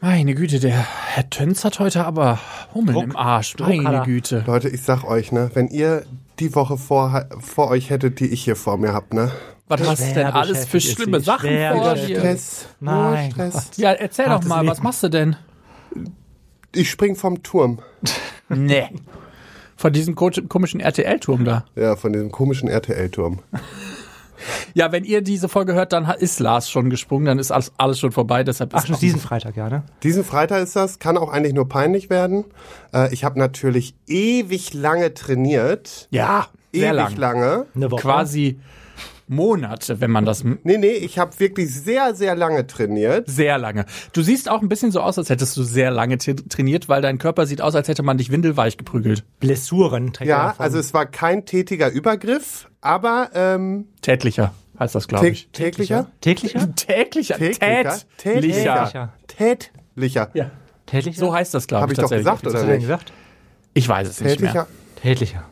Meine Güte, der Herr Tönz hat heute aber Hummeln Druck. im Arsch. Druck hat Meine er. Güte. Leute, ich sag euch, ne, wenn ihr die Woche vor, vor euch hättet, die ich hier vor mir hab, ne? Was hast du Schwer denn alles für beschäftigt ist schlimme sie, Sachen schwer vor beschäftigt. dir? Stress, Nein. nur Stress. Ja, erzähl doch Hartes mal, was Leben. machst du denn? Ich spring vom Turm. Nee. Von diesem ko- komischen RTL-Turm da. Ja, von diesem komischen RTL-Turm. Ja, wenn ihr diese Folge hört, dann ha- ist Lars schon gesprungen, dann ist alles, alles schon vorbei. Deshalb Ach, ist schon auch- diesen Freitag, ja, ne? Diesen Freitag ist das, kann auch eigentlich nur peinlich werden. Äh, ich habe natürlich ewig lange trainiert. Ja, sehr lang. ewig lange. Eine Woche. Quasi Monate, wenn man das m- Nee, nee, ich habe wirklich sehr, sehr lange trainiert. sehr lange. Du siehst auch ein bisschen so aus, als hättest du sehr lange t- trainiert, weil dein Körper sieht aus, als hätte man dich windelweich geprügelt. Blessuren trägt er Ja, davon. also es war kein tätiger Übergriff, aber ähm, Täglicher heißt das, glaube tä ich. täglicher? Täglicher? Täglicher. Täglicher? Täglicher. Täglicher. Tätlicher. Ja. Täglicher? So heißt das, glaube Habe ich. ich doch tatsächlich. gesagt, Was hast oder du denn nicht? gesagt? Ich weiß es nicht mehr. Tätlicher. Täglicher.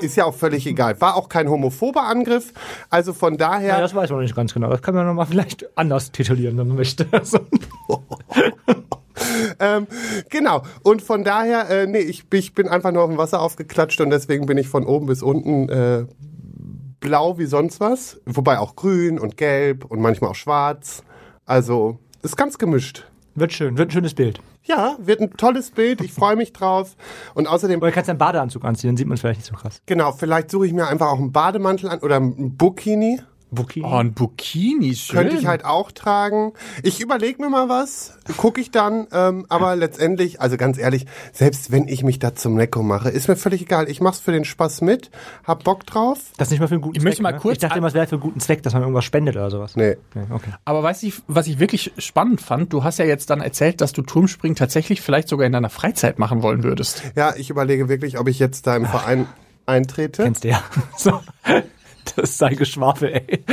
Ist ja auch völlig egal. War auch kein homophober Angriff. Also von Ja, daher, das weiß man noch nicht ganz genau. Das kann man nochmal vielleicht anders titulieren, wenn man möchte. So. ähm, genau. Und von daher, äh, nee, ich, ich bin einfach nur auf dem Wasser aufgeklatscht und deswegen bin ich von oben bis unten äh, blau wie sonst was. Wobei auch grün und gelb und manchmal auch schwarz. Also ist ganz gemischt. Wird schön, wird ein schönes Bild. Ja, wird ein tolles Bild. Ich freue mich drauf. Und außerdem Oder du kannst einen Badeanzug anziehen, dann sieht man vielleicht nicht so krass. Genau, vielleicht suche ich mir einfach auch einen Bademantel an oder einen Bikini. Bukini. Oh, ein Bikini, schön. Könnte ich halt auch tragen. Ich überlege mir mal was, gucke ich dann. Ähm, aber letztendlich, also ganz ehrlich, selbst wenn ich mich da zum Neko mache, ist mir völlig egal. Ich mach's für den Spaß mit, hab Bock drauf. Das nicht mal für einen guten Ich Zweck. möchte mal ne? kurz ich dachte an- immer, es wäre für einen guten Zweck, dass man irgendwas spendet oder sowas. Nee. Nee, okay. Aber weißt du, was ich wirklich spannend fand? Du hast ja jetzt dann erzählt, dass du Turmspringen tatsächlich vielleicht sogar in deiner Freizeit machen wollen würdest. Ja, ich überlege wirklich, ob ich jetzt da im Verein eintrete. Kennst du ja. So. Das sei Geschwafel, ey.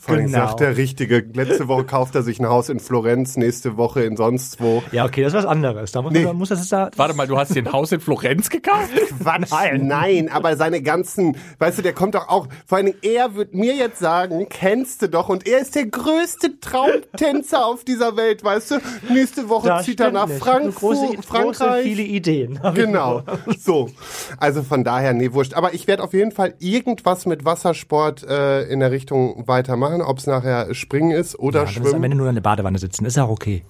Vor allem genau. sagt der Richtige, letzte Woche kauft er sich ein Haus in Florenz, nächste Woche in sonst wo. Ja, okay, das ist was anderes. Da muss, Nee. man, muss das ist da. Warte mal, du hast dir ein Haus in Florenz gekauft? Quatsch, nein. aber seine ganzen, weißt du, der kommt doch auch, vor allen Dingen, er wird mir jetzt sagen, kennst du doch, und er ist der größte Traumtänzer auf dieser Welt, weißt du, nächste Woche Da zieht er nach ständig. Frank große, Große, Frankreich. viele Ideen. Genau, so. Also von daher, nee, wurscht. Aber ich werde auf jeden Fall irgendwas mit Wassersport äh, in der Richtung weitermachen, ob es nachher Springen ist oder Dann ist am Schwimmen. Ende nur in der Badewanne sitzen. Ist ja auch okay.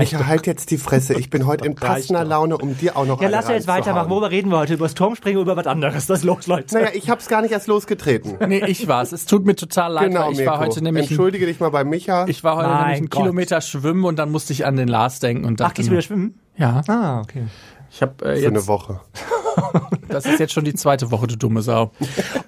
Ich halt jetzt die Fresse. Ich bin heute in Reicht passender doch. Laune, um dir auch noch Ja, eine lass uns jetzt weitermachen. reinzuhauen. Worüber reden wir heute? Über das Turmspringen oder über was anderes? Das los, Leute. Naja, ich hab's gar nicht erst losgetreten. Nee, ich war's. Es tut mir total leid, Genau, weil ich Mirko. war heute nämlich Entschuldige dich mal bei Micha. ich war heute Mein nämlich einen Gott. Kilometer schwimmen und dann musste ich an den Lars denken und Ach, dachte gehst du mir, wieder schwimmen? ja, Ah, okay. ich habe äh, für eine jetzt Woche. das ist jetzt schon die zweite Woche, du dumme Sau.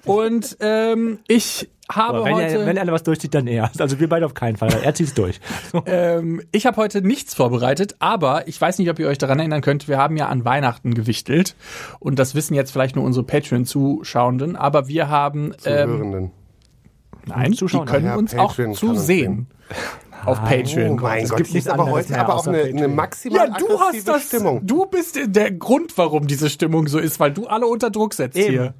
Und ähm, ich habe Aber wenn, heute er, wenn einer was durchzieht, dann er. Also wir beide auf keinen Fall. Er zieht's durch. So. Ähm, ich habe heute nichts vorbereitet, aber ich weiß nicht, ob ihr euch daran erinnern könnt, wir haben ja an Weihnachten gewichtelt und das wissen jetzt vielleicht nur unsere Patreon-Zuschauenden, aber wir haben, ähm, Zuhörenden. nein, Zuschauer, die können ja, uns Patreon auch kann uns zusehen auf Patreon. Oh mein es Gott, gibt hier ist nichts aber anderes heute mehr aber auch außer eine, Patreon. eine maximal Ja, du hast aggressive das, Stimmung. du bist der Grund, warum diese Stimmung so ist, weil du alle unter Druck setzt Eben. hier.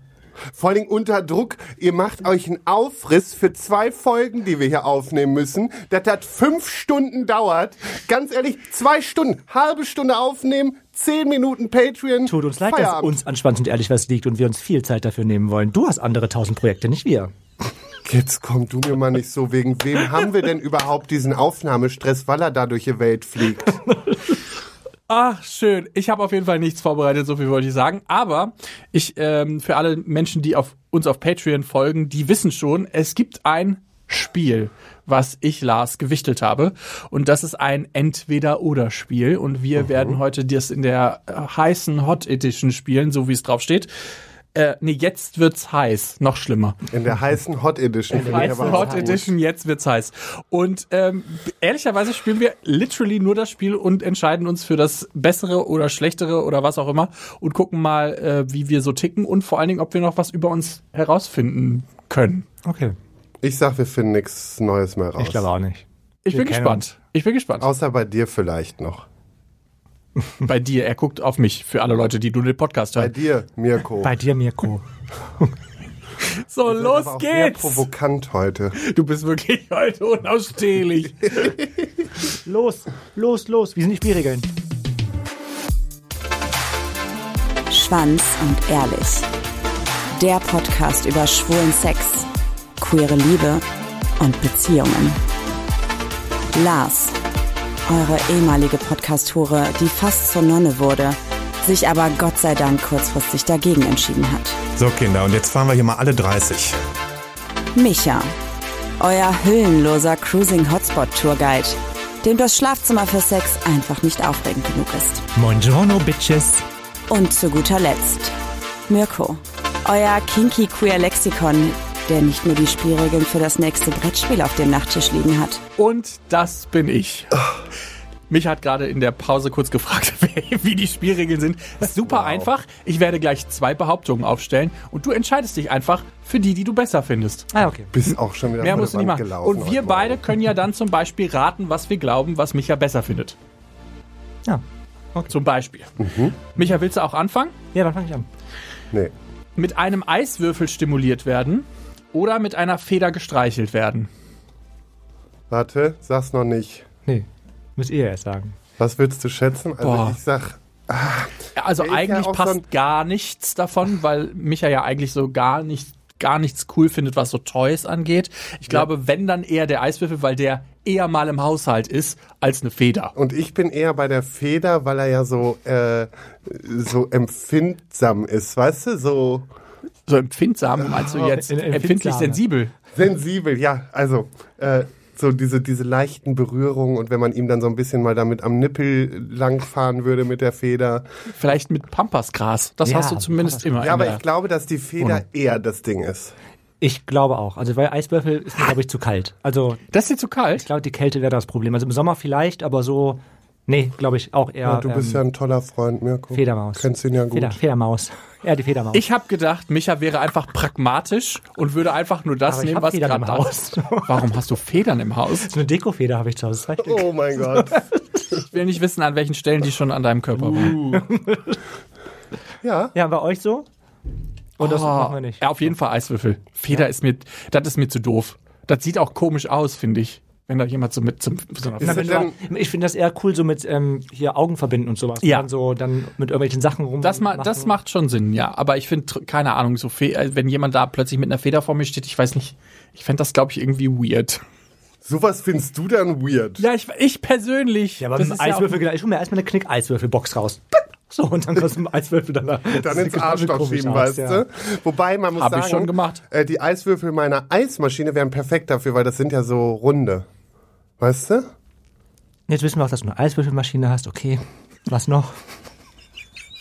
Vor allem unter Druck. Ihr macht euch einen Aufriss für zwei Folgen, die wir hier aufnehmen müssen. Das hat fünf Stunden dauert. Ganz ehrlich, zwei Stunden, halbe Stunde aufnehmen, zehn Minuten Patreon. Tut uns leid, dass Feierabend. uns an Schwanz und ehrlich was liegt und wir uns viel Zeit dafür nehmen wollen. Du hast andere tausend Projekte, nicht wir. Jetzt komm du mir mal nicht so. Wegen wem haben wir denn überhaupt diesen Aufnahmestress, weil er da durch die Welt fliegt? Ach, schön. Ich habe auf jeden Fall nichts vorbereitet, so viel wollte ich sagen. Aber ich, ähm, für alle Menschen, die auf uns auf Patreon folgen, die wissen schon, es gibt ein Spiel, was ich Lars gewichtelt habe. Und das ist ein Entweder-Oder-Spiel. Und wir werden heute das in der äh, heißen Hot Edition spielen, so wie es draufsteht. Äh, nee, jetzt wird's heiß. Noch schlimmer. In der heißen Hot Edition. finde ich Heißen aber auch Hot gut. Edition, jetzt wird's heiß. Und ähm, ehrlicherweise spielen wir literally nur das Spiel und entscheiden uns für das Bessere oder Schlechtere oder was auch immer und gucken mal, äh, wie wir so ticken und vor allen Dingen, ob wir noch was über uns herausfinden können. Okay. Ich sag, wir finden nichts Neues mehr raus. Ich glaube auch nicht. Ich Wir bin kennen gespannt. Ich bin gespannt. Außer bei dir vielleicht noch. Bei dir, er guckt auf mich, für alle Leute, die du den Podcast Bei hören. dir, Mirko. Bei dir, Mirko. So, los aber auch Sehr geht's. provokant heute. Du bist wirklich heute unausstehlich. Los, los, los. Wie sind die Spielregeln? Schwanz und ehrlich. Der Podcast über schwulen Sex, queere Liebe und Beziehungen. Lars, eure ehemalige Podcast-Hure, die fast zur Nonne wurde, sich aber Gott sei Dank kurzfristig dagegen entschieden hat. So, Kinder, und jetzt fahren wir hier mal alle 30. Micha, euer hüllenloser Cruising Hotspot Tourguide, dem das Schlafzimmer für Sex einfach nicht aufregend genug ist. Buongiorno, Bitches. Und zu guter Letzt, Mirko, euer kinky queer Lexikon, der nicht nur die Spielregeln für das nächste Brettspiel auf dem Nachttisch liegen hat. Und das bin ich. Mich hat gerade in der Pause kurz gefragt, wie die Spielregeln sind. Ist Super einfach. Ich werde gleich zwei Behauptungen aufstellen und du entscheidest dich einfach für die, die du besser findest. Ah, okay. Bist auch schon wieder Mehr von der musst du nicht Wand machen. gelaufen Und wir heute beide Morgen. können ja dann zum Beispiel raten, was wir glauben, was Micha besser findet. Ja, Zum Beispiel. Mhm. Micha, willst du auch anfangen? ja dann fange ich an. Nee. Mit einem Eiswürfel stimuliert werden oder mit einer Feder gestreichelt werden? Warte, sag's noch nicht. Nee, müsst ihr erst sagen. Was würdest du schätzen? Also Boah. ich sag, Ja, Also Der ist ja eigentlich auch passt so ein- gar nichts davon, weil Micha ja eigentlich so gar nicht gar nichts cool findet, was so Toys angeht. Ich glaube, wenn dann eher der Eiswürfel, weil der eher mal im Haushalt ist als eine Feder. und ich bin eher bei der Feder, weil er ja so, äh, so empfindsam ist, weißt du? So So empfindsam, meinst du jetzt in- empfindsame. empfindlich sensibel? sensibel, ja. Also, äh, so diese, diese leichten Berührungen und wenn man ihm dann so ein bisschen mal damit am Nippel langfahren würde mit der Feder. Vielleicht mit Pampasgras. Das Ja, hast du zumindest immer. in Ja, aber der- ich glaube, dass die Feder eher das Ding ist. Ich glaube auch. Also, weil Eiswürfel ist, glaube ich, zu kalt. Also, das ist dir zu ich kalt. glaube, die Kälte wäre das Problem. Also im Sommer vielleicht, aber so, nee, glaube ich, auch eher. Ja, du bist ja ein toller Freund, Mirko. ähm, Federmaus. Kennst ihn ja gut. Feder, Federmaus. Ja, die Federmaus. Ich habe gedacht, Micha wäre einfach pragmatisch und würde einfach nur das Aber ich nehmen, hab was Federn gerade im da Haus. ist. Warum hast du Federn im Haus? so eine Dekofeder habe ich zu Hause. ist richtig. Oh mein Gott. Ich will nicht wissen, an welchen Stellen die schon an deinem Körper waren. Ja, Ja, bei euch so? Und das Ah, machen wir nicht. Ja, auf jeden Fall Eiswürfel. Feder ist mir, das ist mir zu doof. Das sieht auch komisch aus, finde ich. Wenn da jemand so mit zum, so einer Na, Ist wenn es du mal, ich finde das eher cool, so mit ähm, hier Augen verbinden und sowas. Ja. Und dann so dann mit irgendwelchen Sachen rum. das, ma, das macht schon Sinn, ja. Aber ich finde, tr- keine Ahnung, so Fe äh, wenn jemand da plötzlich mit einer Feder vor mir steht, ich weiß nicht, ich fände das, glaube ich, irgendwie weird. sowas findest du dann weird. Ja, ich, ich persönlich. Ja, aber mit dem Eiswürfel, genau. ich hole mir erstmal eine Knick-Eiswürfelbox raus. So, und dann kannst du einen Eiswürfel danach. Dann ins Arschloch schieben, weißt du? Wobei, man muss Hab ich sagen, schon gemacht. Äh, die Eiswürfel meiner Eismaschine wären perfekt dafür, weil das sind ja so runde. Weißt du? Jetzt wissen wir auch, dass du eine Eiswürfelmaschine hast. Okay, was noch?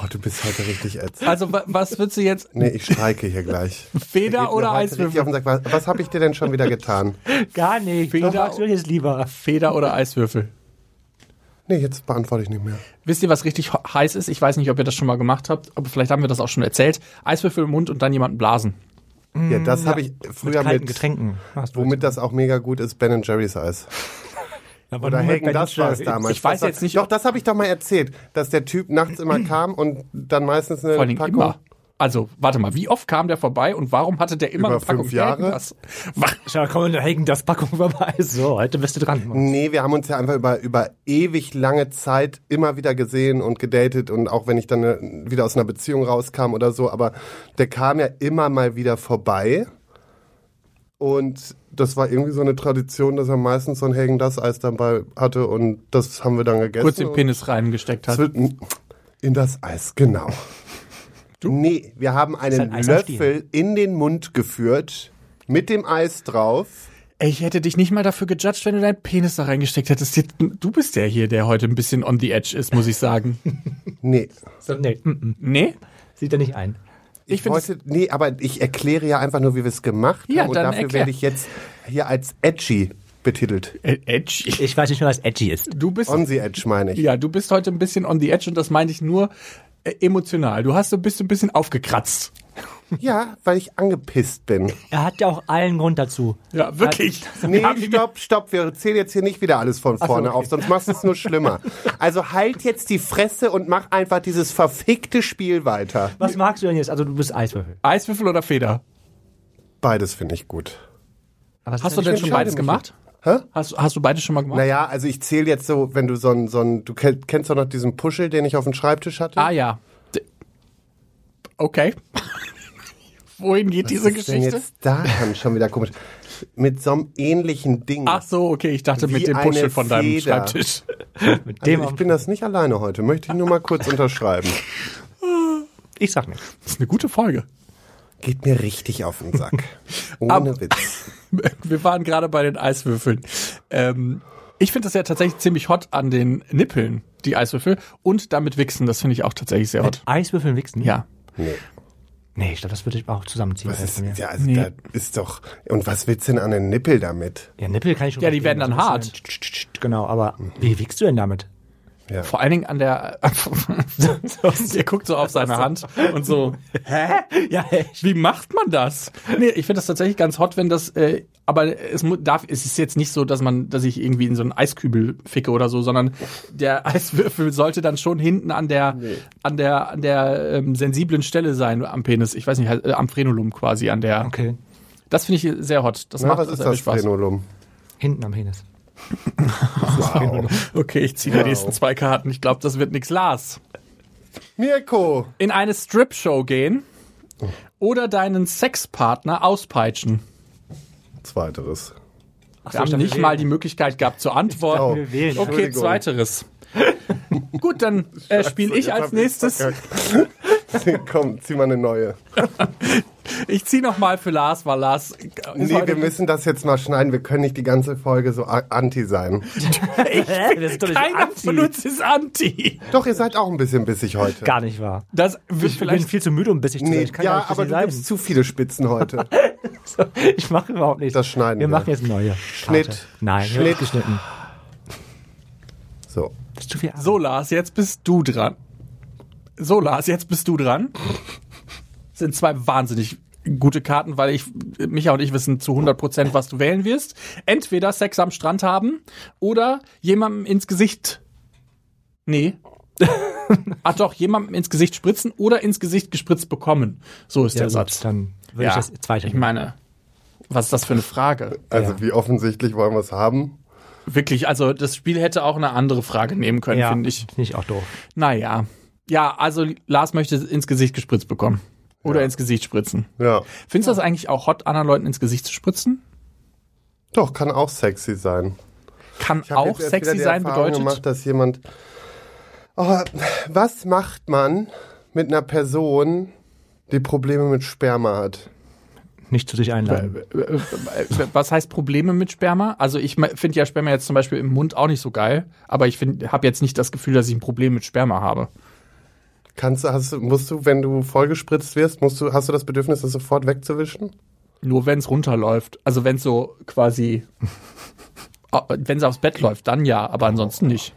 Oh, du bist heute richtig ätzend. also, wa- was würdest du jetzt? Nee, ich streike hier gleich. Geht mir Feder oder heute richtig Auf Eiswürfel? den Sack. Was, was habe ich dir denn schon wieder getan? Gar nicht. Feder. Doch, Doch, magst du jetzt lieber. Feder oder Eiswürfel? Nee, jetzt beantworte ich nicht mehr. Wisst ihr, was richtig ho- heiß ist? Ich weiß nicht, ob ihr das schon mal gemacht habt, aber vielleicht haben wir das auch schon erzählt. Eiswürfel im Mund und dann jemanden blasen. Ja, das habe ich Mit früher kalten mit, Getränken. Machst du womit das auch mega gut ist, Ben Jerry's Eis. Aber Oder nur mit Hagen, Ben das war es Jerry's. damals. Ich weiß Das war- jetzt nicht, Doch, ob- das habe ich doch mal erzählt, dass der Typ nachts immer kam und dann meistens eine Vor allen Dingen Packung. immer. Also, warte mal, wie oft kam der vorbei und warum hatte der immer Über eine Packung fünf Jahre? Irgendwas? Wa- Schau, komm, eine Hagen, das Packung vorbei. So, heute bist du dran. Nee, wir haben uns ja einfach über, über ewig lange Zeit immer wieder gesehen und gedatet und auch wenn ich dann äh, wieder aus einer Beziehung rauskam oder so, aber der kam ja immer mal wieder vorbei und das war irgendwie so eine Tradition, dass er meistens so ein Hagen das Eis dabei hatte und das haben wir dann gegessen. Kurz den und- Penis reingesteckt Das hat. wird n- in das Eis, genau. Nee, wir haben einen ein Eis am Stiel. Löffel in den Mund geführt, mit dem Eis drauf. Ey, ich hätte dich nicht mal dafür gejudged, wenn du deinen Penis da reingesteckt hättest. Jetzt- Du bist der hier, der heute ein bisschen on the edge ist, muss ich sagen. Nee, So, nee, mm, mm. nee? sieht er nicht ein. Ich ich finde wollte, nee, aber ich erkläre ja einfach nur, wie wir es gemacht Ja, haben und dann dafür erklär. werde ich jetzt hier als edgy betitelt. edge. Ich weiß nicht mehr, was edgy ist. e- Du bist On the edge meine ich. ja, du bist heute ein bisschen on the edge und das meine ich nur äh, emotional. Du hast so bist so ein bisschen aufgekratzt. Ja, weil ich angepisst bin. Er hat ja auch allen Grund dazu. Ja, wirklich. Nee, Wir haben ihn- stopp, stopp, wir zählen jetzt hier nicht wieder alles von vorne okay. auf, sonst machst du es nur schlimmer. Also halt jetzt die Fresse und mach einfach dieses verfickte Spiel weiter. Was magst du denn jetzt? Also du bist Eiswürfel. Eiswürfel oder Feder? Beides finde ich gut. Aber es Hast ist du ja denn nicht schon entscheide beides mich gemacht? Hä? Hast, hast du beides schon mal gemacht? Naja, also ich zähle jetzt so, wenn du so ein, so ein, du ken- kennst doch noch diesen Puschel, den ich auf dem Schreibtisch hatte. Ah ja. D- Okay. Wohin geht diese Was ist denn Geschichte? jetzt daran schon wieder komisch. Mit so einem ähnlichen Ding. Also Ach so, okay, ich dachte Wie mit dem eine Puschel von deinem Feder. Schreibtisch. mit dem also ich bin das nicht alleine heute, möchte ich nur mal kurz unterschreiben. ich sag nichts. Das ist eine gute Folge. Geht mir richtig auf den Sack. Ohne Aber- Witz. Wir waren gerade bei den Eiswürfeln. Ähm, ich finde das ja tatsächlich ziemlich hot an den Nippeln, die Eiswürfel. Und damit wichsen, das finde ich auch tatsächlich sehr hot. Eiswürfeln wichsen? Ja. Nee. Nee, ich glaube, das würde ich auch zusammenziehen. Das ist, bei mir. ja, also da ist doch. Und was willst du denn an den Nippel damit? ja, Nippel kann ich schon Ja, die verstehen, werden dann so ein hart. bisschen- tsch, tsch, tsch, Genau, aber wie wiegst du denn damit? Ja. Vor allen Dingen an der. Der guckt so auf seine Hand und so. Ja, echt. Wie macht man das? Nee, ich finde das tatsächlich ganz hot, wenn das, äh, aber es mu- darf, es ist jetzt nicht so, dass man, dass ich irgendwie in so einen Eiskübel ficke oder so, sondern der Eiswürfel sollte dann schon hinten an der, an der, an der ähm, sensiblen Stelle sein am Penis. Ich weiß nicht, halt, äh, am Frenulum quasi, an der. Okay, Das finde ich sehr hot. Das Na, macht was ist sehr viel das Frenulum? hinten am Penis. Wow. Okay, ich ziehe die nächsten zwei Karten. Ich glaube, das wird nix Lars. Mirko! In eine Strip-Show gehen oder deinen Sexpartner auspeitschen. Zweiteres. Wir haben nicht mal die Möglichkeit gehabt zu antworten. Wir wählen. Okay, Entschuldigung. zweiteres. Gut, dann äh, spiele ich jetzt als hab ich's nächstes. verkackt. Komm, zieh mal eine neue. Ich ziehe nochmal für Lars, weil Lars. ist Nee, heute- wir müssen das jetzt mal schneiden. Wir können nicht die ganze Folge so a- anti sein. Ich Hä? Wir sind doch nicht keiner anti. von uns ist Anti. Doch, ihr seid auch ein bisschen bissig heute. Gar nicht wahr. Das wird Ich bin vielleicht. viel zu müde, um bissig zu sein. Nee, Ich kann ja, gar aber nicht du gibst bissig zu viele Spitzen heute. sein. Ich mache überhaupt nichts. Das schneiden wir. wir. machen jetzt eine neue. Schnitt. Karte. Nein, Schnitt. Schnitt. geschnitten. So. Das ist zu viel Arbeit. So, Lars, jetzt bist du dran. So, Lars, jetzt bist du dran. Das sind zwei wahnsinnig gute Karten, weil ich, Micha und ich wissen zu 100 Prozent, was du wählen wirst. Entweder Sex am Strand haben oder jemandem ins Gesicht. Nee. Ach doch, jemandem ins Gesicht spritzen oder ins Gesicht gespritzt bekommen. So ist Ja, der gut, Satz. Dann würde ich das zweite. ich meine, was ist das für eine Frage? Also wie offensichtlich wollen wir es haben? Wirklich, also das Spiel hätte auch eine andere Frage nehmen können, ja, finde ich. Finde ich auch doof. Naja. Ja, also Lars möchte ins Gesicht gespritzt bekommen. Oder ins Gesicht spritzen. Ja. Findest du das eigentlich auch hot, anderen Leuten ins Gesicht zu spritzen? Doch, kann auch sexy sein. Kann Ich hab auch jetzt erst sexy wieder die sein Erfahrung bedeutet. gemacht, dass jemand. Oh, was macht man mit einer Person, die Probleme mit Sperma hat? Nicht zu sich einladen. Äh, äh, Was heißt Probleme mit Sperma? Also ich finde ja Sperma jetzt zum Beispiel im Mund auch nicht so geil, aber ich habe jetzt nicht das Gefühl, dass ich ein Problem mit Sperma habe. Kannst du, hast, du- musst du, wenn du vollgespritzt wirst, musst du, hast du das Bedürfnis, das sofort wegzuwischen? Nur wenn es runterläuft. Also wenn es so quasi, wenn es aufs Bett läuft, dann ja, aber ansonsten nicht.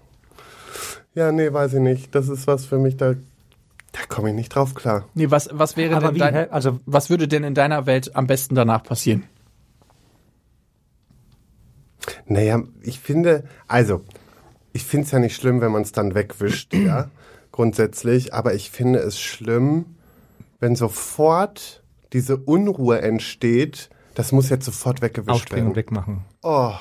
Ja, nee, weiß ich nicht. Das ist was für mich, da, da komme ich nicht drauf klar. Nee, was, was wäre Aber denn wie? dein, hä? Also, was würde denn in deiner Welt am besten danach passieren? Naja, ich finde, also, ich finde es ja nicht schlimm, wenn man es dann wegwischt, ja, grundsätzlich, aber ich finde es schlimm, wenn sofort diese Unruhe entsteht, das muss jetzt sofort weggewischt aufspringen werden. und wegmachen. Oh,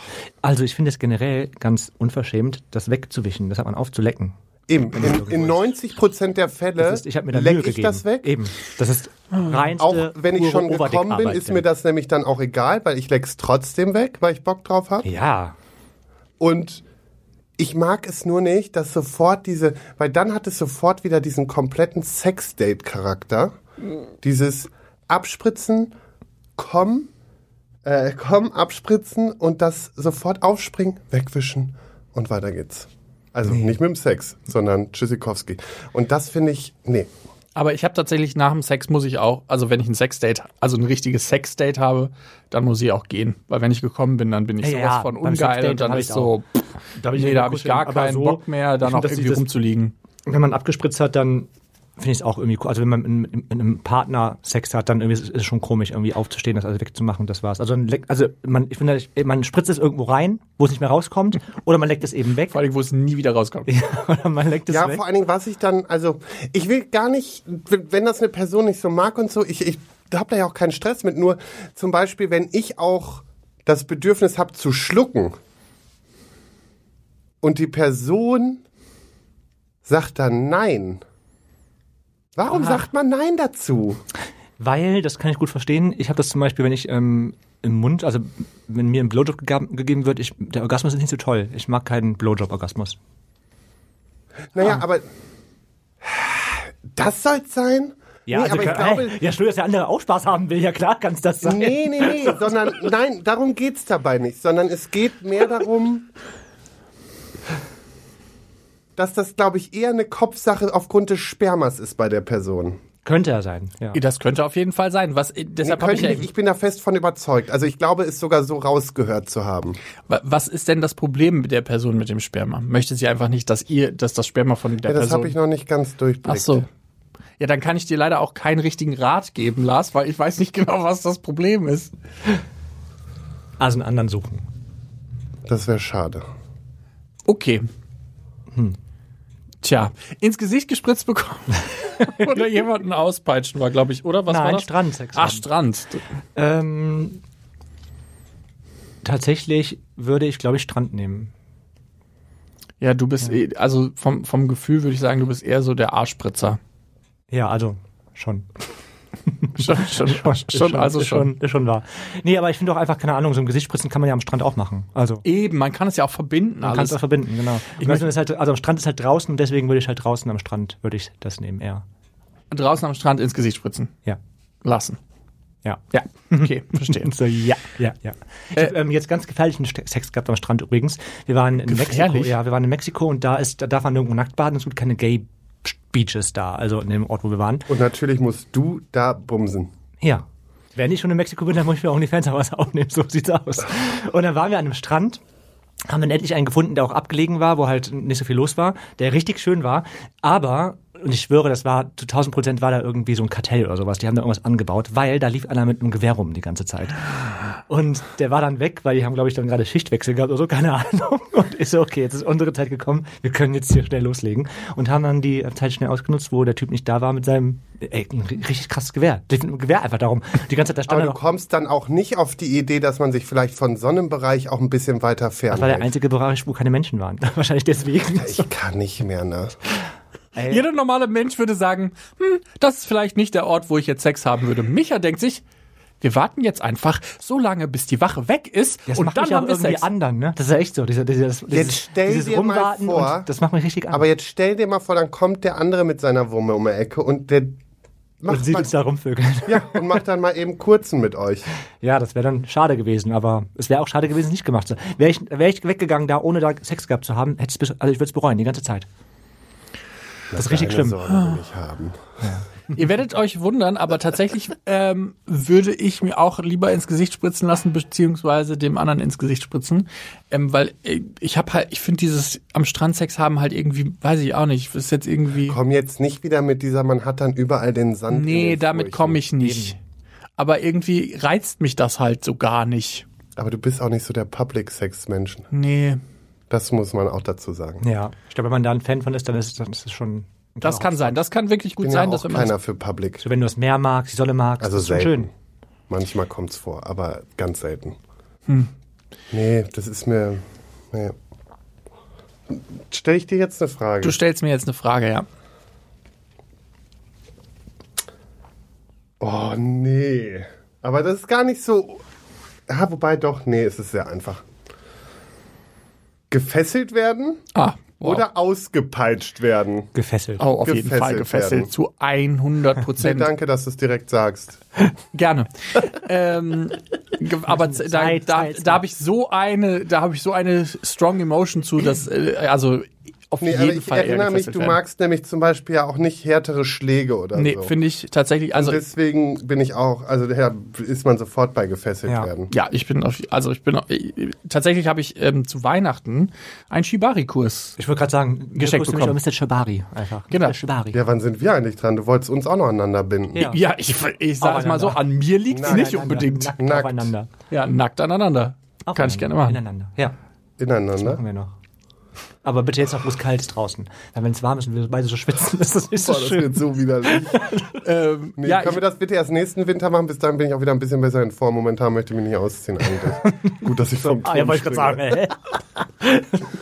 Also, ich finde es generell ganz unverschämt, das wegzuwischen. Das hat man aufzulecken. eben, in, in 90 Prozent der Fälle Das ist, ich habe mir da Mühe leck ich gegeben. das weg. Eben. Das ist rein. Auch wenn ich schon gekommen bin, ist mir das nämlich dann auch egal, weil ich leck's trotzdem weg, weil ich Bock drauf habe. Ja. Und ich mag es nur nicht, dass sofort diese, weil dann hat es sofort wieder diesen kompletten Sex-Date-Charakter. Dieses Abspritzen, komm, äh, komm, abspritzen und das sofort aufspringen, wegwischen und weiter geht's. Also nicht mit dem Sex, sondern Tschüssikowski. Und das finde ich, nee. Aber ich habe tatsächlich nach dem Sex muss ich auch, also wenn ich ein Sexdate, also ein richtiges Sexdate habe, dann muss ich auch gehen. Weil wenn ich gekommen bin, dann bin ich Ja, sowas ja, von beim ungeil Sexdate und dann hab ist ich so, pff, Da nee, da habe ich gar keinen Bock mehr, da noch irgendwie rumzuliegen. Wenn man abgespritzt hat, dann finde ich es auch irgendwie cool. Also, wenn man mit, mit einem Partner Sex hat, dann irgendwie ist es schon komisch, irgendwie aufzustehen, das alles wegzumachen, das war's. Also, ein Leck, also man, ich finde, man spritzt es irgendwo rein, wo es nicht mehr rauskommt, oder man leckt es eben weg. Vor allem, wo es nie wieder rauskommt. oder man leckt es Ja, weg. vor allen Dingen, was ich dann, also ich will gar nicht, w- wenn das eine Person nicht so mag und so, ich, ich hab da ja auch keinen Stress mit. Nur zum Beispiel, wenn ich auch das Bedürfnis habe zu schlucken und die Person sagt dann Nein. Warum sagt man Nein dazu? Weil, das kann ich gut verstehen, ich habe das zum Beispiel, wenn ich ähm, im Mund, also wenn mir ein Blowjob gegab- gegeben wird, ich, der Orgasmus ist nicht so toll. Ich mag keinen Blowjob-Orgasmus. Ah. Naja, aber das soll's sein? Ja, also, aber ich kann- glaube, hey, ja, schön, dass der andere auch Spaß haben will. Ja, klar kann es das sein. Nee, nee, nee, sondern nein, darum geht's dabei nicht, sondern es geht mehr darum, dass das, glaube ich, eher eine Kopfsache aufgrund des Spermas ist bei der Person. Könnte er sein. Ja. Das könnte auf jeden Fall sein. Was, deshalb hab Könnte ich ja ich, ich bin da fest von überzeugt. Also ich glaube, es sogar so rausgehört zu haben. Wa- Was ist denn das Problem mit der Person mit dem Sperma? Möchte sie einfach nicht, dass ihr, dass das Sperma von der Ja, das Person. habe ich noch nicht ganz Also Ach durchblickt. so. Ja, dann kann ich dir leider auch keinen richtigen Rat geben, Lars, weil ich weiß nicht genau, was das Problem ist. Ah, Also einen anderen suchen. Das wäre schade. Okay. Tja, Hm. ins Gesicht gespritzt bekommen oder jemanden auspeitschen war, glaube ich, oder? Was Nein, war das? Strandsex haben. Ach, Strand. Ähm, tatsächlich würde ich, glaube ich, Strand nehmen. Ja, du bist, eh- also vom, vom Gefühl würde ich sagen, du bist eher so der Arschspritzer. Ja, also schon. Schon, schon, schon, also ist schon. schon. Ist schon wahr. Nee, aber ich finde auch einfach, keine Ahnung, so ein Gesichtspritzen kann man ja am Strand auch machen. Also. Eben, man kann es ja auch verbinden. Man kann alles. es auch verbinden, genau. Ich möchte- also, ist halt, also am Strand ist halt draußen und deswegen würde ich halt draußen am Strand, würde ich das nehmen, eher. draußen am Strand ins Gesicht spritzen Ja. lassen. Ja. Ja, okay, verstehe. Und so, ja, ja, ja. Ich habe ähm, jetzt ganz gefährlichen Ste- Sex gehabt am Strand übrigens. Wir waren in Mexiko. Gefährlich? Ja, wir waren in Mexiko und da ist, da darf man nirgendwo nackt baden. Es gibt keine Gay Beaches da, also in dem Ort, wo wir waren. Und natürlich musst du da bumsen. Ja. Wenn ich schon in Mexiko bin, dann muss ich mir auch die Fans was aufnehmen. So sieht's aus. Und dann waren wir an einem Strand, haben dann endlich einen gefunden, der auch abgelegen war, wo halt nicht so viel los war, der richtig schön war. Aber, und ich schwöre, das war zu 1000 Prozent war da irgendwie so ein Kartell oder sowas. Die haben da irgendwas angebaut, weil da lief einer mit einem Gewehr rum die ganze Zeit. Und der war dann weg, weil die haben, glaube ich, dann gerade Schichtwechsel gehabt oder so, keine Ahnung. Und ich so, okay, jetzt ist unsere Zeit gekommen, wir können jetzt hier schnell loslegen. Und haben dann die Zeit schnell ausgenutzt, wo der Typ nicht da war mit seinem, ey, ein ri- richtig krasses Gewehr. Die finden ein Gewehr einfach darum. Die ganze Zeit, da Ah, stand Aber er du genau. noch. kommst dann auch nicht auf die Idee, dass man sich vielleicht von Sonnenbereich auch ein bisschen weiter Das war der fernhält. einzige Bereich, wo keine Menschen waren. Wahrscheinlich deswegen. Ich kann nicht mehr, ne? Jeder normale Mensch würde sagen, hm, das ist vielleicht nicht der Ort, wo ich jetzt Sex haben würde. Micha denkt sich, wir warten jetzt einfach so lange, bis die Wache weg ist Das und macht mich dann auch haben wir irgendwie Sex. anderen, ne? Das ist ja echt so. Dieser, dieser, dieses, stell dieses dir mal Rumwarten vor, und das macht mich richtig an. Aber jetzt stell dir mal vor, dann kommt der andere mit seiner Wumme um die Ecke und der und macht, sieht mal, uns da rumvögeln. ja, und macht dann mal eben kurzen mit euch. Ja, das wäre dann schade gewesen, aber es wäre auch schade gewesen, es nicht gemacht zu Wäre ich, wär ich weggegangen da, ohne da Sex gehabt zu haben, hätte ich bis, also ich würde es bereuen, die ganze Zeit. Das ist richtig Deine schlimm. Sorge will ich haben. Ihr werdet euch wundern, aber tatsächlich ähm, würde ich mir auch lieber ins Gesicht spritzen lassen, beziehungsweise dem anderen ins Gesicht spritzen. Ähm, weil äh, ich habe halt, ich finde dieses am Strand Sex haben halt irgendwie, weiß ich auch nicht, ist jetzt irgendwie. Komm jetzt nicht wieder mit dieser, man hat dann überall den Sand. in Nee, den damit Furchen. komme ich nicht. Aber irgendwie reizt mich das halt so gar nicht. Aber du bist auch nicht so der Public-Sex-Mensch. Nee, Das muss man auch dazu sagen. Ja, ich glaube, wenn man da ein Fan von ist, dann ist es, dann ist es schon. ein das klarer kann sein. Das kann wirklich Ich gut bin ja sein, auch dass wenn man keiner für Public. So, wenn du es mehr magst, die Sonne magst, Also das ist schon selten. schön. Manchmal kommt's vor, aber ganz selten. Hm. Nee, das ist mir. Nee. Stell ich dir jetzt eine Frage. Du stellst mir jetzt eine Frage, ja. Oh, nee. Aber das ist gar nicht so. Ja, wobei doch, nee, es ist sehr einfach. Gefesselt werden Ah, wow. oder ausgepeitscht werden? Gefesselt. Oh, auf jeden gefesselt Fall gefesselt. werden. Zu 100 Nee, Prozent. danke, dass du es direkt sagst. Gerne. ähm, ge- aber z- da, Zeit, da, Zeit, da Zeit. habe ich so eine, da habe ich so eine strong Emotion zu, dass äh, also auf Nee, aber jeden ich Fall eher erinnere mich, gefesselt du werden. magst nämlich zum Beispiel ja auch nicht härtere Schläge oder Nee, so. finde ich tatsächlich. Also Deswegen bin ich auch, also daher ist man sofort bei gefesselt Ja. werden. ja, ich bin auf, also ich bin auf, äh, tatsächlich habe ich ähm, zu Weihnachten einen Shibari-Kurs. Ich wollte gerade sagen, Geschenk Mirko ist nämlich bekommen. auch Mr. Shibari einfach. Genau. Mr. Shibari. Ja, wann sind wir eigentlich dran? Du wolltest uns auch noch aneinander binden. Ja. Ja, ich, ich sage es mal so, an mir liegt es Nein, nicht Aneinander, unbedingt. Nackt, Nackt. aufeinander. Ja, nackt aneinander. Kann ich Aufeinander, gerne machen. Ineinander. Ja, Ineinander. machen wir noch. Aber bitte jetzt noch, wo es kalt ist draußen. Weil wenn es warm ist und wir beide so schwitzen, ist das nicht so Boah, das schön. wird so widerlich. Ähm, Nee, ja, können ich, wir das bitte erst nächsten Winter machen? Bis dahin bin ich auch wieder ein bisschen besser in Form. Momentan möchte ich mich nicht ausziehen eigentlich. Gut, dass ich vom Ah, ja, wollte ich gerade sagen, ey.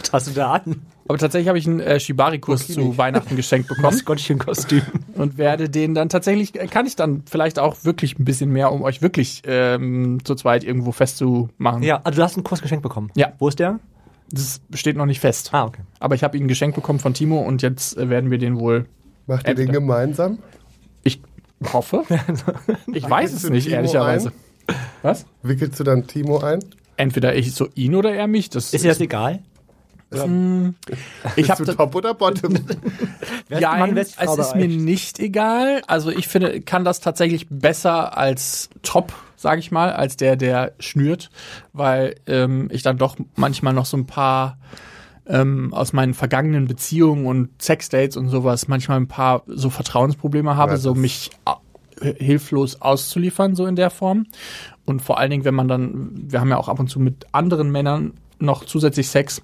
Was hast du da an? aber tatsächlich habe ich einen äh, Shibari-Kurs zu Weihnachten geschenkt bekommen Maskottchenkostüm. und werde den dann tatsächlich, äh, kann ich dann vielleicht auch wirklich ein bisschen mehr, um euch wirklich ähm, zu zweit irgendwo festzumachen. Ja, also du hast einen Kurs geschenkt bekommen. Ja. Wo ist der? Das steht noch nicht fest. Ah, okay. Aber ich habe ihn geschenkt bekommen von Timo und jetzt äh, werden wir den wohl, Macht ihr den gemeinsam? ich hoffe, ich weiß es du nicht, Timo ehrlicherweise. Was? Wickelst du dann Timo ein? Entweder ich so ihn oder er mich. Das, Ist dir das egal? ich Bist habe du top oder bottom? Ja, Mann, wer es ist die Frau ist bei mir euch? nicht egal. Also ich finde, kann das tatsächlich besser als Top, sage ich mal, als der, der schnürt, weil ähm, ich dann doch manchmal noch so ein paar ähm, aus meinen vergangenen Beziehungen und Sexdates und sowas manchmal ein paar so Vertrauensprobleme habe, Ja, so das- mich a- hilflos auszuliefern, so in der Form. Und vor allen Dingen, wenn man dann, wir haben ja auch ab und zu mit anderen Männern noch zusätzlich Sex.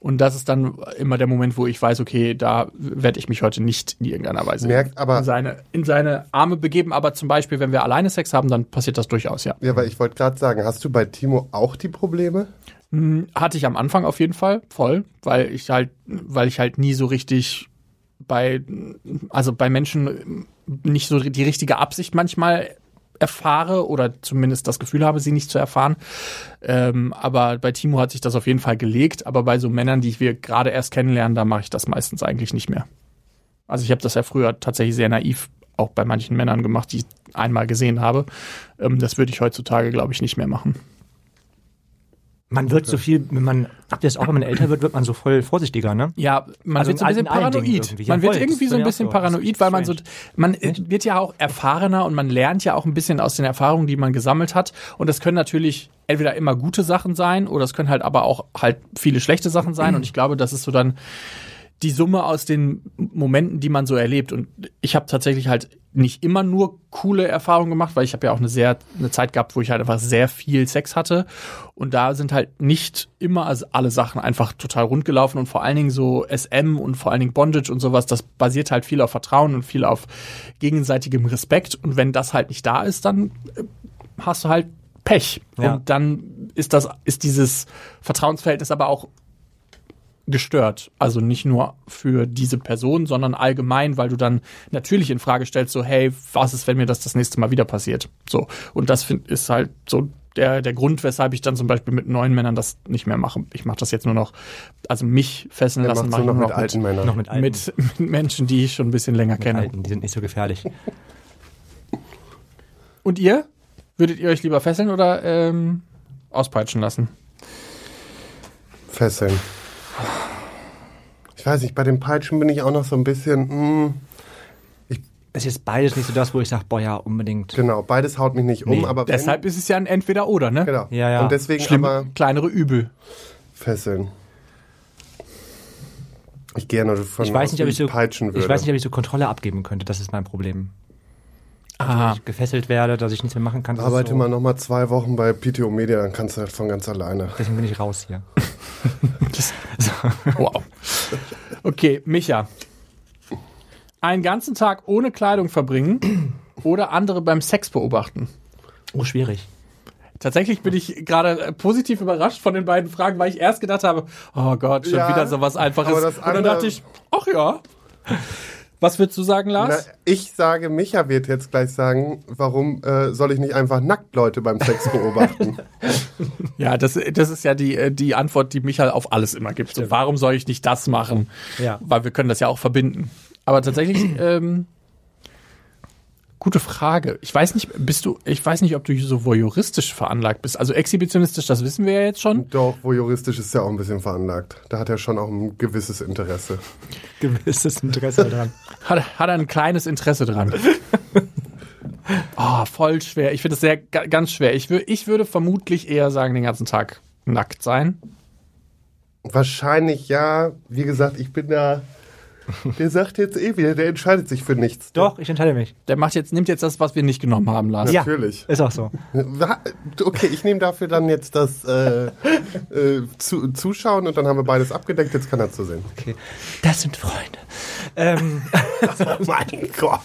Und das ist dann immer der Moment, wo ich weiß, okay, da werde ich mich heute nicht in irgendeiner Weise Merkt aber- in, seine, in seine Arme begeben. Aber zum Beispiel, wenn wir alleine Sex haben, dann passiert das durchaus, ja. Ja, aber ich wollte gerade sagen, hast du bei Timo auch die Probleme? Hatte ich am Anfang auf jeden Fall voll, weil ich halt, weil ich halt nie so richtig bei, also bei Menschen nicht so die richtige Absicht manchmal erfahre oder zumindest das Gefühl habe, sie nicht zu erfahren. Ähm, aber bei Timo hat sich das auf jeden Fall gelegt, aber bei so Männern, die wir gerade erst kennenlernen, da mache ich das meistens eigentlich nicht mehr. Also ich habe das ja früher tatsächlich sehr naiv auch bei manchen Männern gemacht, die ich einmal gesehen habe. Ähm, das würde ich heutzutage, glaube ich, nicht mehr machen. Man wird so viel, wenn man, habt ihr das auch, wenn man älter wird, wird man so voll vorsichtiger, ne? Ja, man Also wird so ein in bisschen allen- in allen Dingen paranoid. irgendwie. Man wird Jawohl, irgendwie das so ein bin ich auch bisschen so. paranoid, weil man so, Strange. man äh, wird ja auch erfahrener und man lernt ja auch ein bisschen aus den Erfahrungen, die man gesammelt hat. Und das können natürlich entweder immer gute Sachen sein oder es können halt aber auch halt viele schlechte Sachen sein. Und ich glaube, das ist so dann die Summe aus den Momenten, die man so erlebt. Und ich habe tatsächlich halt nicht immer nur coole Erfahrungen gemacht, weil ich habe ja auch eine sehr eine Zeit gehabt, wo ich halt einfach sehr viel Sex hatte. Und da sind halt nicht immer also alle Sachen einfach total rund gelaufen und vor allen Dingen so SM und vor allen Dingen Bondage und sowas, das basiert halt viel auf Vertrauen und viel auf gegenseitigem Respekt. Und wenn das halt nicht da ist, dann äh, hast du halt Pech. Ja. Und dann ist das, ist dieses Vertrauensverhältnis aber auch gestört. Also nicht nur für diese Person, sondern allgemein, weil du dann natürlich in Frage stellst, so, hey, was ist, wenn mir das das nächste Mal wieder passiert? So. Und das find, ist halt so der, der Grund, weshalb ich dann zum Beispiel mit neuen Männern das nicht mehr mache. Ich mache das jetzt nur noch, also mich fesseln Er lassen, macht mache ich so nur noch mit noch alten mit, Männern. Noch mit alten. mit, mit Menschen, die ich schon ein bisschen länger mit kenne. alten, die sind nicht so gefährlich. Und ihr? Würdet ihr euch lieber fesseln oder ähm, auspeitschen lassen? Fesseln. Ich weiß nicht, bei den Peitschen bin ich auch noch so ein bisschen, mm, Es ist beides nicht so das, wo ich sage, boah, ja, unbedingt. genau, beides haut mich nicht um, Nee, aber wenn- Deshalb ist es ja ein Entweder-Oder, ne? genau. Ja, ja. Und deswegen Schlimm, aber kleinere Übel. fesseln. Ich gehe ja nur von Ich weiß, nicht, ob ich so, peitschen würde. ich weiß nicht, ob ich so Kontrolle abgeben könnte. Das ist mein Problem. Ah, Dass ich gefesselt werde, dass ich nichts mehr machen kann. das ist Arbeite so, mal noch mal zwei Wochen bei PTO Media, dann kannst du halt von ganz alleine. Deswegen bin ich raus hier. Wow. Okay, Micha. Einen ganzen Tag ohne Kleidung verbringen oder andere beim Sex beobachten. Oh, schwierig. Tatsächlich bin ich gerade äh, positiv überrascht von den beiden Fragen, weil ich erst gedacht habe, oh Gott, schon Ja, wieder sowas einfaches. aber das Und dann andere- dachte ich, ach ja. Was würdest du sagen, Na, Lars? ich sage, Micha wird jetzt gleich sagen, warum äh, soll ich nicht einfach nackt Leute beim Sex beobachten? Ja, das, das ist ja die, äh, die Antwort, die Michael auf alles immer gibt. So, warum soll ich nicht das machen? Ja. Weil wir können das ja auch verbinden. Aber tatsächlich, ähm, gute Frage. Ich weiß nicht, bist du, ich weiß nicht, ob du so voyeuristisch veranlagt bist. Also exhibitionistisch, das wissen wir ja jetzt schon. Doch, wo juristisch ist ja auch ein bisschen veranlagt. Da hat er schon auch ein gewisses Interesse. Gewisses Interesse daran. Hat, er- hat er ein kleines Interesse dran. Ah, voll schwer. Ich finde das sehr ga- ganz schwer. Ich, wür, ich würde vermutlich eher sagen, den ganzen Tag nackt sein. Wahrscheinlich ja. Wie gesagt, ich bin da Der sagt jetzt eh wieder, der entscheidet sich für nichts. Doch, ich entscheide mich. Der macht jetzt, nimmt jetzt das, was wir nicht genommen haben, Lars. Ja. Natürlich. Ist auch so. Wa- Okay, ich nehme dafür dann jetzt das äh, äh, zu, Zuschauen und dann haben wir beides abgedeckt. Jetzt kann er zusehen. Okay. Das sind Freunde. Ähm, mein Gott.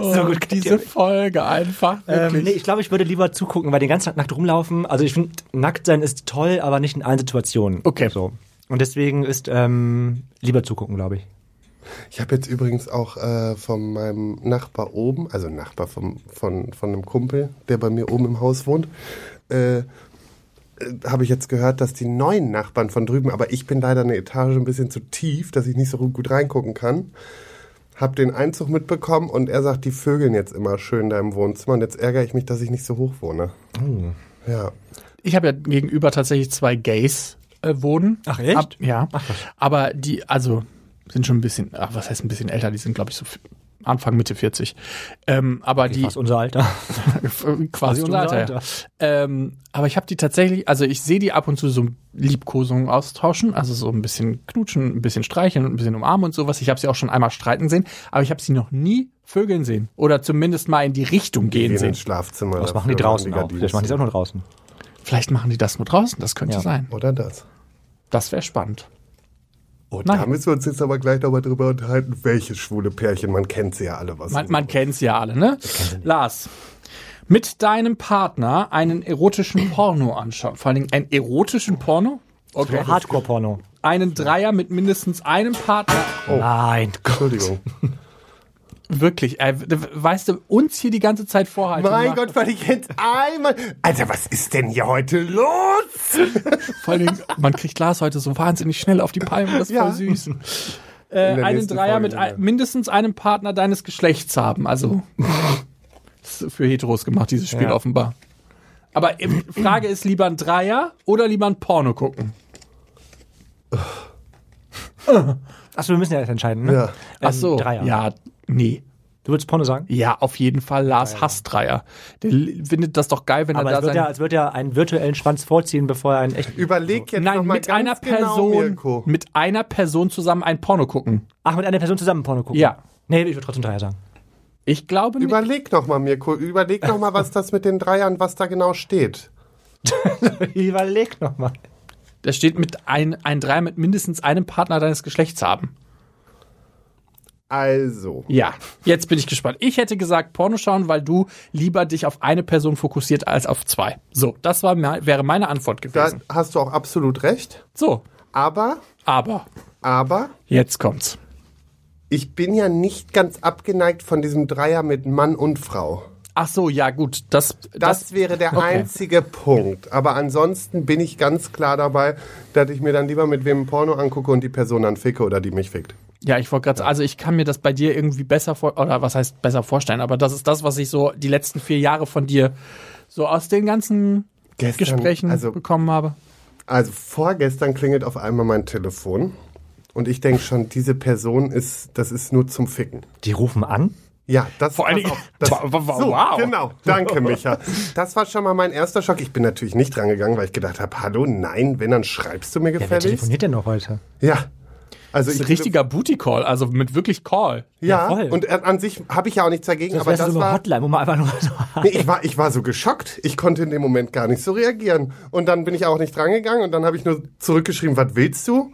Oh, so gut kennt ihr diese Folge einfach. ähm, Wirklich. nee, ich glaube, ich würde lieber zugucken, weil den ganzen Tag nackt rumlaufen. Also ich finde, nackt sein ist toll, aber nicht in allen Situationen. Okay. So. Und deswegen ist ähm, lieber zugucken, glaube ich. Ich habe jetzt übrigens auch äh, von meinem Nachbar oben, also Nachbar vom, von, von einem Kumpel, der bei mir oben im Haus wohnt, äh, äh, habe ich jetzt gehört, dass die neuen Nachbarn von drüben, aber ich bin leider eine Etage ein bisschen zu tief, dass ich nicht so gut reingucken kann. Hab den Einzug mitbekommen und er sagt, die vögeln jetzt immer schön da im Wohnzimmer und jetzt ärgere ich mich, dass ich nicht so hoch wohne. Ja. ich habe ja gegenüber tatsächlich zwei Gays äh, wohnen. Ach, echt? Ab, ja. Aber die, also, sind schon ein bisschen, ach, was heißt ein bisschen älter? Die sind, glaube ich, so f- Anfang, Mitte 40. Ähm, aber die, Fast unser Alter. quasi Fast unser unser Alter. Alter. Ja. Ähm, aber ich habe die tatsächlich, also ich sehe die ab und zu so Liebkosungen austauschen, also so ein bisschen knutschen, ein bisschen streicheln, ein bisschen umarmen und sowas. Ich habe sie auch schon einmal streiten sehen, aber ich habe sie noch nie vögeln sehen oder zumindest mal in die Richtung Die gehen gehen sehen. ins Schlafzimmer. Was machen die draußen auch? Gardinen Vielleicht machen die es auch nur draußen. Vielleicht machen die das nur draußen, das könnte Ja. sein. Oder das. Das wäre spannend. Und Nein. da müssen wir uns jetzt aber gleich nochmal drüber unterhalten, welches schwule Pärchen, man kennt sie ja alle was. Man, man kennt's ja alle, ne? Lars, mit deinem Partner einen erotischen Porno anschauen, vor allen Dingen einen erotischen Porno, Okay. So Hardcore-Porno. einen Dreier mit mindestens einem Partner. Oh. Nein, Gott. Entschuldigung. Wirklich, äh, weißt du, uns hier die ganze Zeit vorhalten. Mein Macht- Gott, weil ich jetzt einmal. Alter, was ist denn hier heute los? Vor allen Dingen, man kriegt Lars heute so wahnsinnig schnell auf die Palme, das ist Ja. voll süß. Äh, der einen nächsten Dreier Folge, mit ein, ja. mindestens einem Partner deines Geschlechts haben. Also das ist für Heteros gemacht, dieses Spiel Ja. offenbar. Aber ähm, Frage ist lieber ein Dreier oder lieber ein Porno gucken? Achso, wir müssen ja erst entscheiden, ne? Ja. Ach so, Dreier. ja, nee. Du würdest Porno sagen? Ja, auf jeden Fall Lars hasst Dreier. Der l- findet das doch geil, wenn Aber er es da wird, sein. ja, es wird ja einen virtuellen Schwanz vorziehen, bevor er einen echten. Überleg jetzt Nein, nochmal mit ganz einer genau, Person, Mirko. mit einer Person zusammen ein Porno gucken. Ach, mit einer Person zusammen Porno gucken? Ja. Nee, ich würde trotzdem Dreier sagen. Ich glaube nicht. Überleg nochmal, Mirko. Überleg nochmal, was das mit den Dreiern, was da genau steht. Überleg nochmal. Da steht mit ein, ein Dreier mit mindestens einem Partner deines Geschlechts haben. Also. Ja, jetzt bin ich gespannt. Ich hätte gesagt Porno schauen, weil du lieber dich auf eine Person fokussiert als auf zwei. So, das war, me- wäre meine Antwort Da gewesen. hast du auch absolut recht. So, Aber, aber aber, jetzt kommt's. ich bin ja nicht ganz abgeneigt von diesem Dreier mit Mann und Frau. Ach so, ja gut, das, Das, wäre der einzige Punkt. Aber ansonsten bin ich ganz klar dabei, dass ich mir dann lieber mit wem ein Porno angucke und die Person dann ficke oder die mich fickt. Ja, ich wollte gerade, also ich kann mir das bei dir irgendwie besser vor, oder was heißt besser vorstellen, aber das ist das, was ich so die letzten vier Jahre von dir so aus den ganzen Gestern, Gesprächen also- bekommen habe. Also vorgestern klingelt auf einmal mein Telefon und ich denke schon, diese Person ist, das ist nur zum Ficken. Die rufen an? Ja, das Vor allen pass Dingen- auf, das, Wa- wa- wa- so, wow. genau, danke Micha. Das war schon mal mein erster Schock. Ich bin natürlich nicht rangegangen, weil ich gedacht habe, hallo, nein, wenn dann schreibst du mir Ja, wer gefälligst. telefoniert denn noch heute? Ja, also Das ist ein ich richtiger Booty-Call, also mit wirklich Call. Ja, ja, voll. und äh, an sich habe ich ja auch nichts dagegen, aber wär's das so eine war Hotline, wo man einfach nur so. Nee, ich war, ich war so geschockt. Ich konnte in dem Moment gar nicht so reagieren. Und dann bin ich auch nicht rangegangen und dann habe ich nur zurückgeschrieben, was willst du?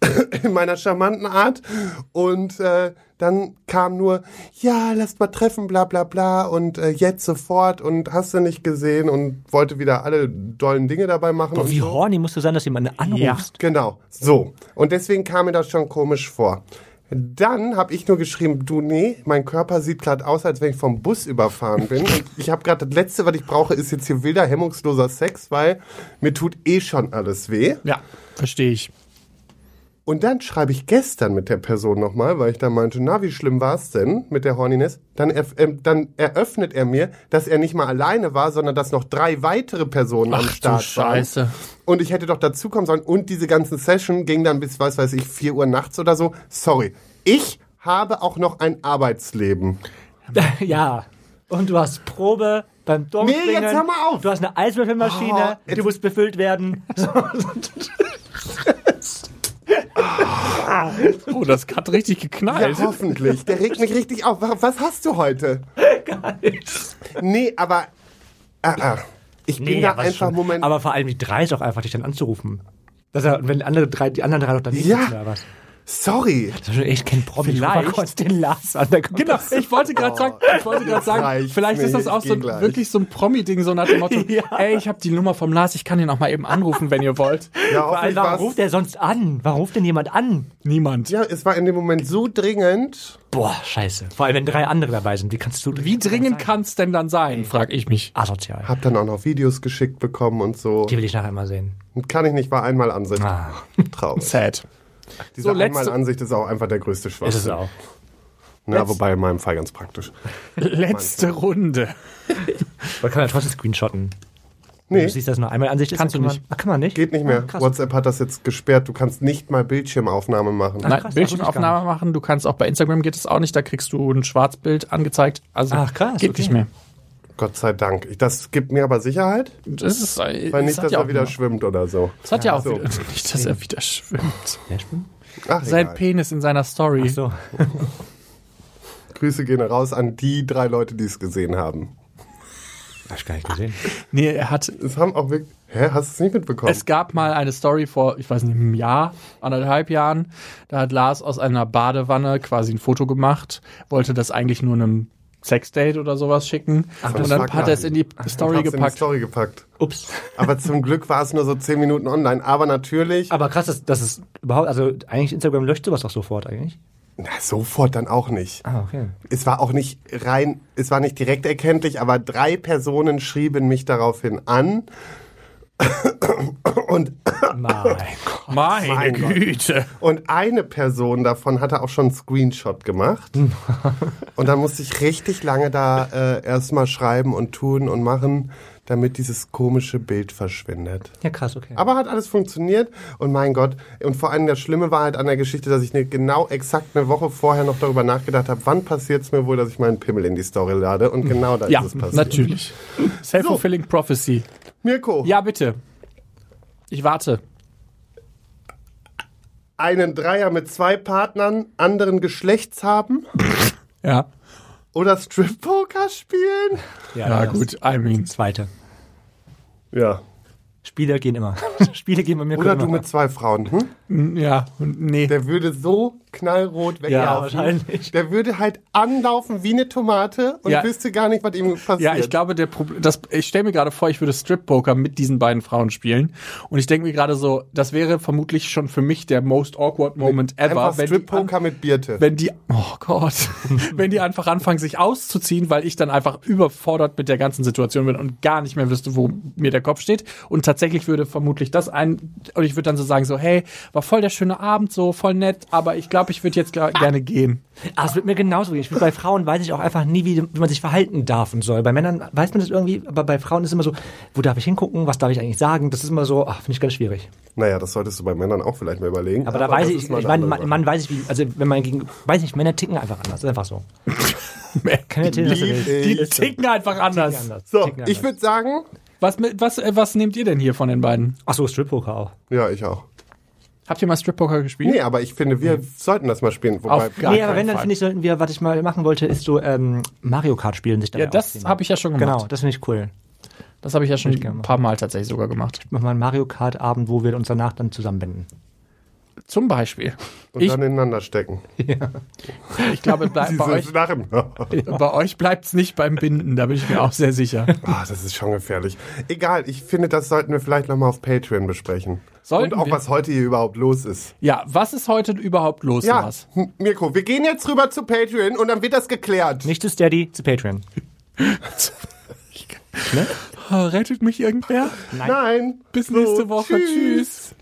in meiner charmanten Art. Und äh, dann kam nur, ja, lasst mal treffen, bla bla bla und äh, jetzt sofort und hast du nicht gesehen und wollte wieder alle dollen Dinge dabei machen. Boah, und wie so. horny musst du sein, dass du jemanden anrufst? Genau, so. Und deswegen kam mir das schon komisch vor. Dann habe ich nur geschrieben, du nee, mein Körper sieht gerade aus, als wenn ich vom Bus überfahren bin. Und ich habe gerade das Letzte, was ich brauche, ist jetzt hier wilder, hemmungsloser Sex, weil mir tut eh schon alles weh. Ja, verstehe ich. Und dann schreibe ich gestern mit der Person nochmal, weil ich dann meinte, na, wie schlimm war es denn mit der Horniness? Dann, erf- ähm, dann eröffnet er mir, dass er nicht mal alleine war, sondern dass noch drei weitere Personen am Ach, du Start Scheiße. waren. Und ich hätte doch dazukommen sollen. Und diese ganzen Session ging dann bis, weiß weiß ich, 4 Uhr nachts oder so. Sorry, ich habe auch noch ein Arbeitsleben. ja. Und du hast Probe beim Dom. Nee, jetzt hör mal auf. Du hast eine Eiswürfelmaschine, Oh, jetzt- die muss befüllt werden. Oh, das hat richtig Ja, geknallt. hoffentlich. Der regt mich richtig auf. Wa- Was hast du heute? Gar nichts. Nee, aber. Ah, ah. Ich bin da aber es ist einfach schon- Moment. Aber vor allem die drei ist auch einfach, dich dann anzurufen. Dass er, wenn andere drei, die anderen drei noch daneben Ja. sitzen oder was. sorry. Das ist schon echt kein Promi. Ich ruf mal Vielleicht. kurz den Lars an. Der kommt Genau, ich wollte gerade sagen, ich wollte gerade Oh, jetzt sagen, reicht's vielleicht ist das mir, auch ich so geh gleich. wirklich so ein Promi-Ding, so nach dem Motto, ey, ich habe die Nummer vom Lars, ich kann ihn auch mal eben anrufen, wenn ihr wollt. Ja, Vor allem, hoffentlich warum war's- ruft der sonst an? Warum ruft denn jemand an? Niemand. ja, es war in dem Moment so dringend. Boah, scheiße. Vor allem, wenn drei andere dabei sind. Wie kannst du... Wie dringend kann's denn dann sein, frag ich mich. Asozial. Hab dann auch noch Videos geschickt bekommen und so. Die will ich nachher mal sehen. Kann ich nicht, war einmal Ansicht. Ah, Traurig. Sad. Diese So, letzte- einmal Ansicht ist auch einfach der größte ist es Schwachsinn. auch. Na, wobei in meinem Fall ganz praktisch. Letzte Runde. Man kann ja trotzdem screenshotten. Nee. Du siehst das nur einmal Ansicht. ist, Kannst dann du kann nicht. Man, ach, kann man nicht? Geht nicht mehr. Ah, krass. WhatsApp hat das jetzt gesperrt. Du kannst nicht mal Bildschirmaufnahme machen. Nein, krass, das wusste ich gar Bildschirmaufnahme machen, du kannst auch bei Instagram geht es auch nicht, da kriegst du ein Schwarzbild angezeigt. Also Ach, krass, geht okay. nicht mehr. Gott sei Dank. Ich- Das gibt mir aber Sicherheit, Das ist äh, weil das nicht, hat dass ja auch er wieder wieder schwimmt oder so. das hat ja auch so. wieder, nicht, dass er wieder schwimmt. Wer schwimmt? Ach, Sein egal. Penis in seiner Story. So. Grüße gehen raus an die drei Leute, die es gesehen haben. Hab ich gar nicht gesehen. Nee, er hat Es haben auch wirklich. Hä, hast du es nicht mitbekommen? Es gab mal eine Story vor, ich weiß nicht, einem Jahr, anderthalb Jahren. Da hat Lars aus einer Badewanne quasi ein Foto gemacht, wollte das eigentlich nur einem Sexdate oder sowas schicken. das und dann war hat er es in die Ich Story hab's In die gepackt. Story gepackt. Ups. Aber zum Glück war es nur so zehn Minuten online. Aber natürlich. Aber krass, dass, dass es überhaupt... Also eigentlich Instagram löscht sowas doch sofort eigentlich. Na, Ah, sofort dann auch nicht. Ah, okay. Es war auch nicht rein, es war nicht direkt erkenntlich, aber drei Personen schrieben mich daraufhin an. Und, Mein Gott. Meine Mein Gott. Güte. und eine Person davon hatte auch schon einen Screenshot gemacht. Und dann musste ich richtig lange da äh, erstmal schreiben und tun und machen, damit dieses komische Bild verschwindet. Ja, krass, okay. Aber hat alles funktioniert und mein Gott. Und vor allem das Schlimme war halt an der Geschichte, dass ich ne, genau exakt eine Woche vorher noch darüber nachgedacht habe, wann passiert es mir wohl, dass ich meinen Pimmel in die Story lade. Und genau da Mhm. Ja, ist es passiert. natürlich. Self-fulfilling prophecy. Mirko, Ja, bitte. Ich warte. einen Dreier mit zwei Partnern anderen Geschlechts haben Ja. oder Strip-Poker spielen? Ja, das- gut, I mean. Zweite. Ja. Spiele gehen immer. Spiele gehen bei mir Oder immer. du mit zwei Frauen. Hm? Ja, und nee. Der würde so knallrot Ja, weglaufen. wahrscheinlich. der würde halt anlaufen wie eine Tomate und Ja. wüsste gar nicht, was ihm passiert. Ja, ich glaube, der Proble- das, ich stelle mir gerade vor, ich würde Strip-Poker mit diesen beiden Frauen spielen. Und ich denke mir gerade so, das wäre vermutlich schon für mich der most awkward moment ever, Einfach wenn die, an, Strip-Poker mit Birte. wenn die, oh Gott, wenn die einfach anfangen, sich auszuziehen, weil ich dann einfach überfordert mit der ganzen Situation bin und gar nicht mehr wüsste, wo mir der Kopf steht. Und tatsächlich würde vermutlich das ein, und ich würde dann so sagen, so, hey, war voll der schöne Abend, so, voll nett, aber ich glaube, ich würde jetzt gra- gerne gehen. Ah, es wird mir genauso gehen. Ich bin, bei Frauen weiß ich auch einfach nie, wie, wie man sich verhalten darf und soll. Bei Männern weiß man das irgendwie, aber bei Frauen ist immer so, wo darf ich hingucken, was darf ich eigentlich sagen? Das ist immer so, ach, finde ich ganz schwierig. Naja, das solltest du bei Männern auch vielleicht mal überlegen. Aber, da weiß das ich, ist mal ich eine meine, andere Mann, Mann weiß ich, wie, also wenn man gegen, weiß nicht, Männer ticken einfach anders. Das ist einfach so. Kann ja erzählen, was du Sache. willst. Die Äh, ticken einfach anders. Anders. So, Ticken ich anders. würde sagen. Was, mit- was, äh, was nehmt ihr denn hier von den beiden? Ach so, Strip-Poker auch. Ja, ich auch. Habt ihr mal Strip-Poker gespielt? Nee, aber ich finde, wir sollten das mal spielen. Wobei, Mhm. Auf gar- nee, aber keinen wenn, dann Fall. finde ich, sollten wir, was ich mal machen wollte, ist so ähm, Mario Kart spielen. Sich Ja, das habe ich ja schon gemacht. Genau, das finde ich cool. Das habe ich ja schon gerne ein paar Mal tatsächlich sogar gemacht. Machen wir einen Mario Kart-Abend, wo wir uns danach dann zusammenbinden. Zum Beispiel. und Ich, dann ineinander stecken. ich glaube, bleib, bei, euch, Dieses Lachen. bei euch bleibt es nicht beim Binden, da bin ich mir auch sehr sicher. Ah, das ist schon gefährlich. Egal, ich finde, das sollten wir vielleicht nochmal auf Patreon besprechen. Sollten und auch, wir? was heute hier überhaupt los ist. Ja, was ist heute überhaupt los, Ja, Lars? M- Mirko, wir gehen jetzt rüber zu Patreon und dann wird das geklärt. Nicht zu Steady, zu Patreon. Rettet mich irgendwer? Nein. Bis nächste So, Woche. Tschüss.